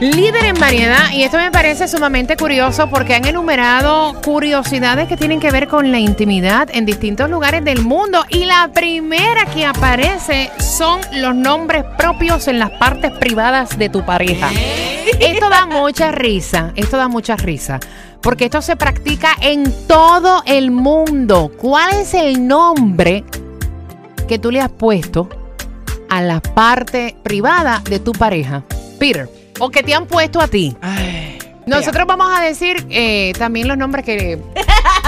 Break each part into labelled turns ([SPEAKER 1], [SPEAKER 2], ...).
[SPEAKER 1] Líder en variedad, y esto me parece sumamente curioso porque han enumerado curiosidades que tienen que ver con la intimidad en distintos lugares del mundo. Y la primera que aparece son los nombres propios en las partes privadas de tu pareja. Esto da mucha risa, esto da mucha risa. Porque esto se practica en todo el mundo. ¿Cuál es el nombre que tú le has puesto a la parte privada de tu pareja, Peter, o que te han puesto a ti. Nosotros vamos a decir eh, también los nombres que...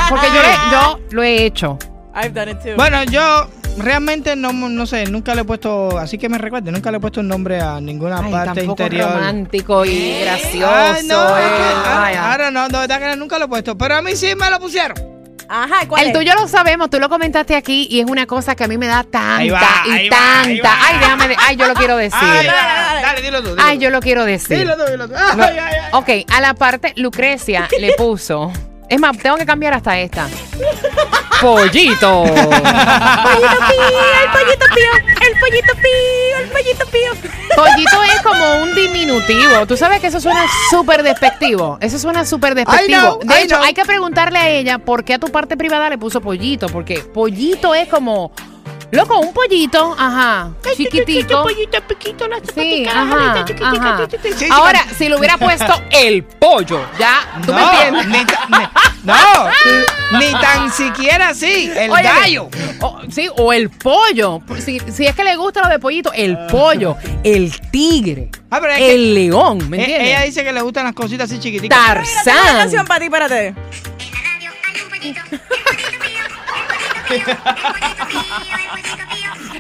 [SPEAKER 1] Porque yo, le- yo lo he hecho.
[SPEAKER 2] I've done it too.
[SPEAKER 3] Bueno, yo realmente no, no sé, nunca le he puesto, así que me recuerde, nunca le he puesto un nombre a ninguna
[SPEAKER 1] Ay,
[SPEAKER 3] parte
[SPEAKER 1] tampoco
[SPEAKER 3] interior. ¿Eh?
[SPEAKER 1] romántico y gracioso.
[SPEAKER 3] Ay, no, es
[SPEAKER 1] eh,
[SPEAKER 3] que ah, ahora,
[SPEAKER 1] vaya.
[SPEAKER 3] ahora no, de verdad que nunca lo he puesto, pero a mí sí me lo pusieron.
[SPEAKER 2] Ajá, ¿cuál
[SPEAKER 1] El
[SPEAKER 2] es?
[SPEAKER 1] tuyo lo sabemos, tú lo comentaste aquí y es una cosa que a mí me da tanta
[SPEAKER 3] Ahí va,
[SPEAKER 1] y
[SPEAKER 3] ahí va, ahí
[SPEAKER 1] tanta.
[SPEAKER 3] va.
[SPEAKER 1] Ay, déjame, de- ay, yo lo quiero decir.
[SPEAKER 3] Ay,
[SPEAKER 1] Ay,
[SPEAKER 3] dale,
[SPEAKER 2] dale.
[SPEAKER 3] dale, dilo tú. Dilo tú.
[SPEAKER 1] yo lo quiero decir.
[SPEAKER 3] Dilo tú, dilo tú. Ay, ay, ay.
[SPEAKER 1] Ok, a la parte Lucrecia le puso. Es más, tengo que cambiar hasta esta. Pollito.
[SPEAKER 2] pollito pío, el pollito pío, el pollito pío, el pollito pío.
[SPEAKER 1] Pollito es como un diminutivo. Tú sabes que eso suena súper despectivo. Eso suena súper despectivo.
[SPEAKER 3] know,
[SPEAKER 1] De
[SPEAKER 3] I
[SPEAKER 1] hecho,
[SPEAKER 3] know.
[SPEAKER 1] hay que preguntarle a ella por qué a tu parte privada le puso pollito. Porque pollito es como. Loco, un pollito, ajá, chiquitico.
[SPEAKER 2] Pollito piquito, la
[SPEAKER 1] Sí,
[SPEAKER 2] chiquitica,
[SPEAKER 1] ajá,
[SPEAKER 2] la chiquitica,
[SPEAKER 1] ajá.
[SPEAKER 2] chiquitica.
[SPEAKER 1] Ahora, si le hubiera puesto el pollo, ya, tú me
[SPEAKER 3] No,
[SPEAKER 1] entiendes.
[SPEAKER 3] ni, ta- ni- no, ni tan siquiera así, el
[SPEAKER 1] Óyeme,
[SPEAKER 3] gallo.
[SPEAKER 1] o- sí, o el pollo. Si, si es que le gusta lo de pollito, el pollo, el tigre,
[SPEAKER 3] Ah, pero es que-
[SPEAKER 1] el león, ¿me
[SPEAKER 3] Eh,
[SPEAKER 1] entiendes?
[SPEAKER 3] Ella dice que le gustan las cositas así chiquititas.
[SPEAKER 2] Mira, tengo una canción
[SPEAKER 1] Tarzán.
[SPEAKER 2] para ti, espérate.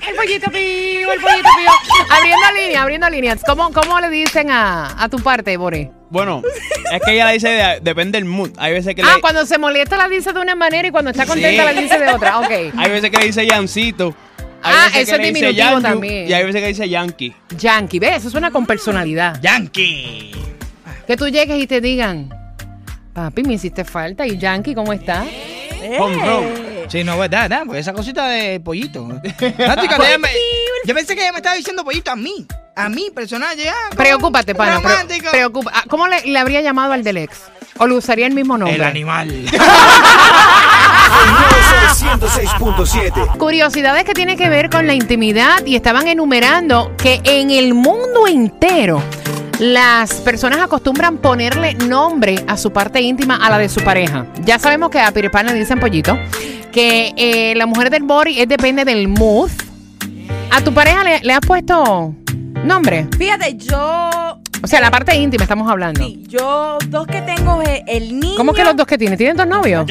[SPEAKER 1] El pollito pío, el pollito pío. Abriendo líneas, abriendo líneas. ¿Cómo, cómo le dicen a, a tu parte, Bore?
[SPEAKER 4] Bueno, es que ella la dice, de- depende del mood. Hay veces que,
[SPEAKER 1] Ah,
[SPEAKER 4] le,
[SPEAKER 1] cuando se molesta la dice de una manera y cuando está contenta
[SPEAKER 4] Sí.
[SPEAKER 1] la dice de otra. Ok.
[SPEAKER 4] hay veces que le dice Yancito. hay
[SPEAKER 1] Ah,
[SPEAKER 4] veces
[SPEAKER 1] eso es
[SPEAKER 4] le dice
[SPEAKER 1] diminutivo
[SPEAKER 4] Yanyu,
[SPEAKER 1] también.
[SPEAKER 4] Y hay veces que dice Yankee.
[SPEAKER 1] Yankee, ¿ves? Eso suena con personalidad.
[SPEAKER 3] Yankee.
[SPEAKER 1] Que tú llegues y te digan, papi, me hiciste falta. ¿Y Yankee cómo está?
[SPEAKER 4] Home run.
[SPEAKER 3] Sí, no, verdad, nada, pues esa cosita de pollito. No, chica, ella me- yo pensé que ella me estaba diciendo pollito a mí. A mí, personal, ya. como
[SPEAKER 1] Preocúpate, pana. pre-
[SPEAKER 3] Romántico.
[SPEAKER 1] preocupa- ah, ¿Cómo le, le habría llamado al del ex? ¿O le usaría el mismo nombre?
[SPEAKER 3] El animal.
[SPEAKER 5] Sol 106.7.
[SPEAKER 1] Curiosidades que tienen que ver con la intimidad y estaban enumerando que en el mundo entero las personas acostumbran ponerle nombre a su parte íntima, a la de su pareja. Ya sabemos que a Peter Pan le dicen pollito, que eh, la mujer del body es depende del mood. ¿A tu pareja le, le has puesto nombre?
[SPEAKER 2] Fíjate, yo,
[SPEAKER 1] O sea, la parte íntima estamos hablando.
[SPEAKER 2] sí, yo dos que tengo es el niño. Pues,
[SPEAKER 1] ¿Cómo que los dos que tiene? ¿Tienen dos novios?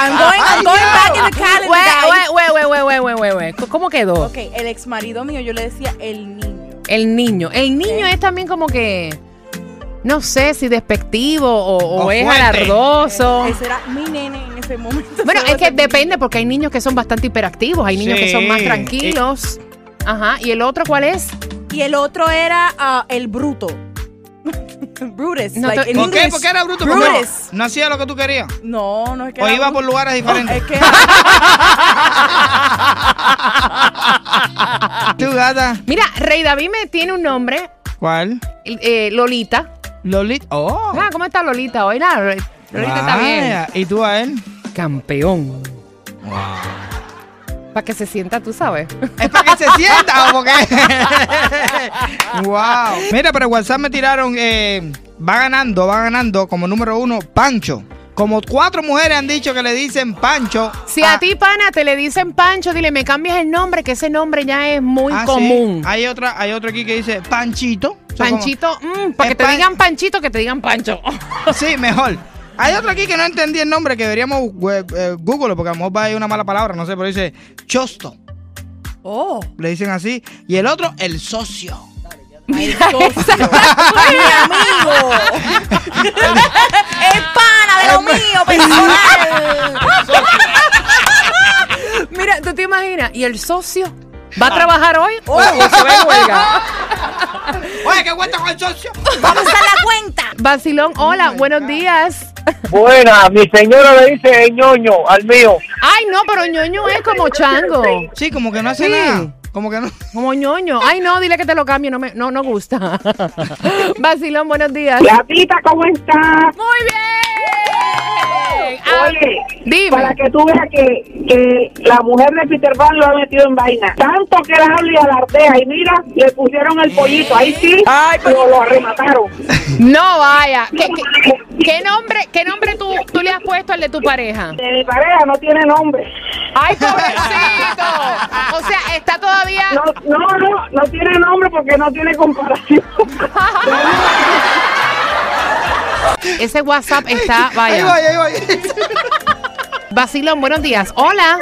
[SPEAKER 2] I'm going, I'm going back in the calendar. guys.
[SPEAKER 1] Güey, güey, güey, güey, güey, güey, güey. ¿Cómo quedó?
[SPEAKER 2] Ok, el ex marido mío, yo le decía el niño.
[SPEAKER 1] El niño. El niño es también como que. No sé si despectivo o, o
[SPEAKER 3] O
[SPEAKER 1] es
[SPEAKER 3] fuerte.
[SPEAKER 1] alardoso.
[SPEAKER 2] Ese era mi nene en ese momento.
[SPEAKER 1] Bueno,
[SPEAKER 2] Ese
[SPEAKER 1] es que
[SPEAKER 2] era mi
[SPEAKER 1] depende porque hay niños que son bastante hiperactivos, hay niños que son más
[SPEAKER 3] Sí.
[SPEAKER 1] tranquilos. Ajá. ¿Y el otro cuál es?
[SPEAKER 2] niño. Y el otro era ah, el bruto. Brutus.
[SPEAKER 1] No
[SPEAKER 2] like,
[SPEAKER 1] te-
[SPEAKER 2] in
[SPEAKER 3] ¿Por qué?
[SPEAKER 2] English,
[SPEAKER 3] ¿Por qué era bruto? Porque no,
[SPEAKER 2] Brutus.
[SPEAKER 3] no hacía lo que tú querías.
[SPEAKER 2] No, no es que
[SPEAKER 3] O
[SPEAKER 2] era
[SPEAKER 3] iba
[SPEAKER 2] bruto.
[SPEAKER 3] por lugares diferentes.
[SPEAKER 2] Es que
[SPEAKER 3] ¿Tú, gata?
[SPEAKER 1] Mira, Rey David me tiene un nombre,
[SPEAKER 3] ¿Cuál?
[SPEAKER 1] el- eh, Lolita.
[SPEAKER 3] Lolita. Oh.
[SPEAKER 1] Ah, ¿cómo está Lolita hoy? Nada, Lolita está bien.
[SPEAKER 3] Vaya, ¿Y tú a él?
[SPEAKER 1] Campeón. Para que se sienta, tú sabes.
[SPEAKER 3] ¿Es para que se sienta o porque.? ¡Wow! Mira, pero WhatsApp me tiraron. eh, va ganando, va ganando como número uno Pancho. Como cuatro mujeres han dicho que le dicen Pancho.
[SPEAKER 1] Si a ti, pana, te le dicen Pancho, dile, me cambias el nombre, que ese nombre ya es muy
[SPEAKER 3] Ah, sí.
[SPEAKER 1] común.
[SPEAKER 3] Hay, otra, hay otro aquí que dice Panchito. O sea, como-
[SPEAKER 1] Panchito, mm, para
[SPEAKER 3] Es
[SPEAKER 1] que te
[SPEAKER 3] pan-
[SPEAKER 1] digan Panchito, que te digan Pancho.
[SPEAKER 3] sí, mejor. Hay otro aquí que no entendí el nombre que deberíamos eh, eh, Google porque a lo mejor va a ir una mala palabra, no sé, pero dice Chosto.
[SPEAKER 2] Oh.
[SPEAKER 3] Le dicen así. Y el otro, el socio.
[SPEAKER 2] Mira, esa- mi amigo. es pana de lo mío, personal.
[SPEAKER 1] Mira, tú te imaginas, ¿y el socio? Ah. ¿Va a trabajar hoy? o se va en Oh, huelga?
[SPEAKER 3] Oye, ¿qué cuenta con el socio?
[SPEAKER 2] Vamos a la cuenta.
[SPEAKER 1] Basilón, hola, buenos días.
[SPEAKER 6] Buena, mi señora le dice el ñoño al mío.
[SPEAKER 1] Ay, no, pero ñoño es como chango.
[SPEAKER 3] Sí, como que no hace
[SPEAKER 1] Sí.
[SPEAKER 3] nada. Como que no.
[SPEAKER 1] Como ñoño. Ay, no, dile que te lo cambie, no me, no, no gusta. Basilón, buenos días.
[SPEAKER 6] Gatita, ¿cómo estás?
[SPEAKER 1] Muy bien. Ah,
[SPEAKER 6] Oye,
[SPEAKER 1] dime.
[SPEAKER 6] para que tú veas que, que la mujer de Peter Pan lo ha metido en vaina. Tanto que la habla y alardea. Y mira, le pusieron el pollito. Ahí sí, lo, lo arremataron.
[SPEAKER 1] No vaya. ¿Qué, qué- qué nombre, qué nombre tú, tú le has puesto al de tu pareja?
[SPEAKER 6] De mi pareja no tiene nombre.
[SPEAKER 1] Ay, pobrecito. O sea, está todavía.
[SPEAKER 6] No, no, no, no tiene nombre porque no tiene comparación.
[SPEAKER 1] Ese WhatsApp está,
[SPEAKER 3] Ahí
[SPEAKER 1] vaya.
[SPEAKER 3] voy, ahí voy.
[SPEAKER 1] Basilón, buenos días. Hola.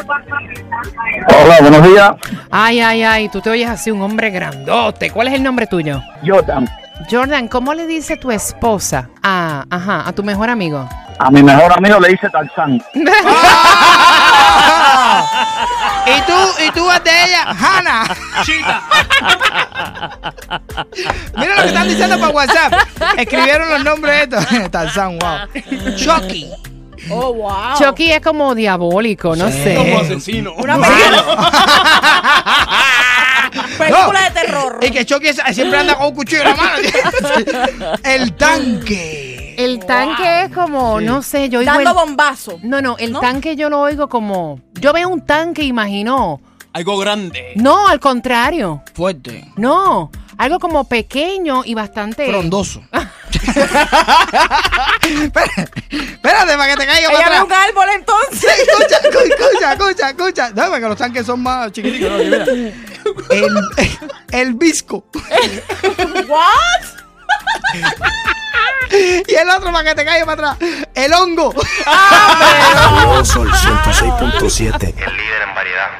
[SPEAKER 7] Hola, buenos días.
[SPEAKER 1] Ay, ay, ay, tú te oyes así, un hombre grandote. ¿Cuál es el nombre tuyo?
[SPEAKER 7] Jordan,
[SPEAKER 1] Jordan, ¿cómo le dice tu esposa a, ajá, a tu mejor amigo?
[SPEAKER 7] a mi mejor amigo le dice Tarzán.
[SPEAKER 3] Y tú, y tú vas de ella, Hanna. Mira lo que están diciendo por WhatsApp. Escribieron los nombres estos. Tarzán, wow. Chucky.
[SPEAKER 2] Oh, wow.
[SPEAKER 1] Chucky es como diabólico, no
[SPEAKER 4] Como
[SPEAKER 1] sé.
[SPEAKER 4] asesino.
[SPEAKER 2] Una película. película de terror.
[SPEAKER 4] Eh,
[SPEAKER 3] Y que Chucky es- siempre anda con un cuchillo en la mano. El tanque.
[SPEAKER 1] El tanque es como, no sé, yo oigo
[SPEAKER 2] Dando
[SPEAKER 1] el-
[SPEAKER 2] bombazo.
[SPEAKER 1] No, no, el
[SPEAKER 2] ¿No?
[SPEAKER 1] tanque yo lo oigo como... Yo veo un tanque, imagino.
[SPEAKER 4] Algo grande.
[SPEAKER 1] No, al contrario.
[SPEAKER 3] Fuerte.
[SPEAKER 1] No, algo como pequeño y bastante...
[SPEAKER 3] Frondoso. Espérate, espérate para que te
[SPEAKER 2] Ella
[SPEAKER 3] caiga para
[SPEAKER 2] ve un
[SPEAKER 3] atrás.
[SPEAKER 2] árbol entonces.
[SPEAKER 3] Escucha, escucha, escucha, escucha. Dame que los tanques son más chiquiticos. ¿no? Mira. El, el visco.
[SPEAKER 2] What?
[SPEAKER 3] Y el otro para que te caiga para atrás. El hongo.
[SPEAKER 5] Sol 106.7.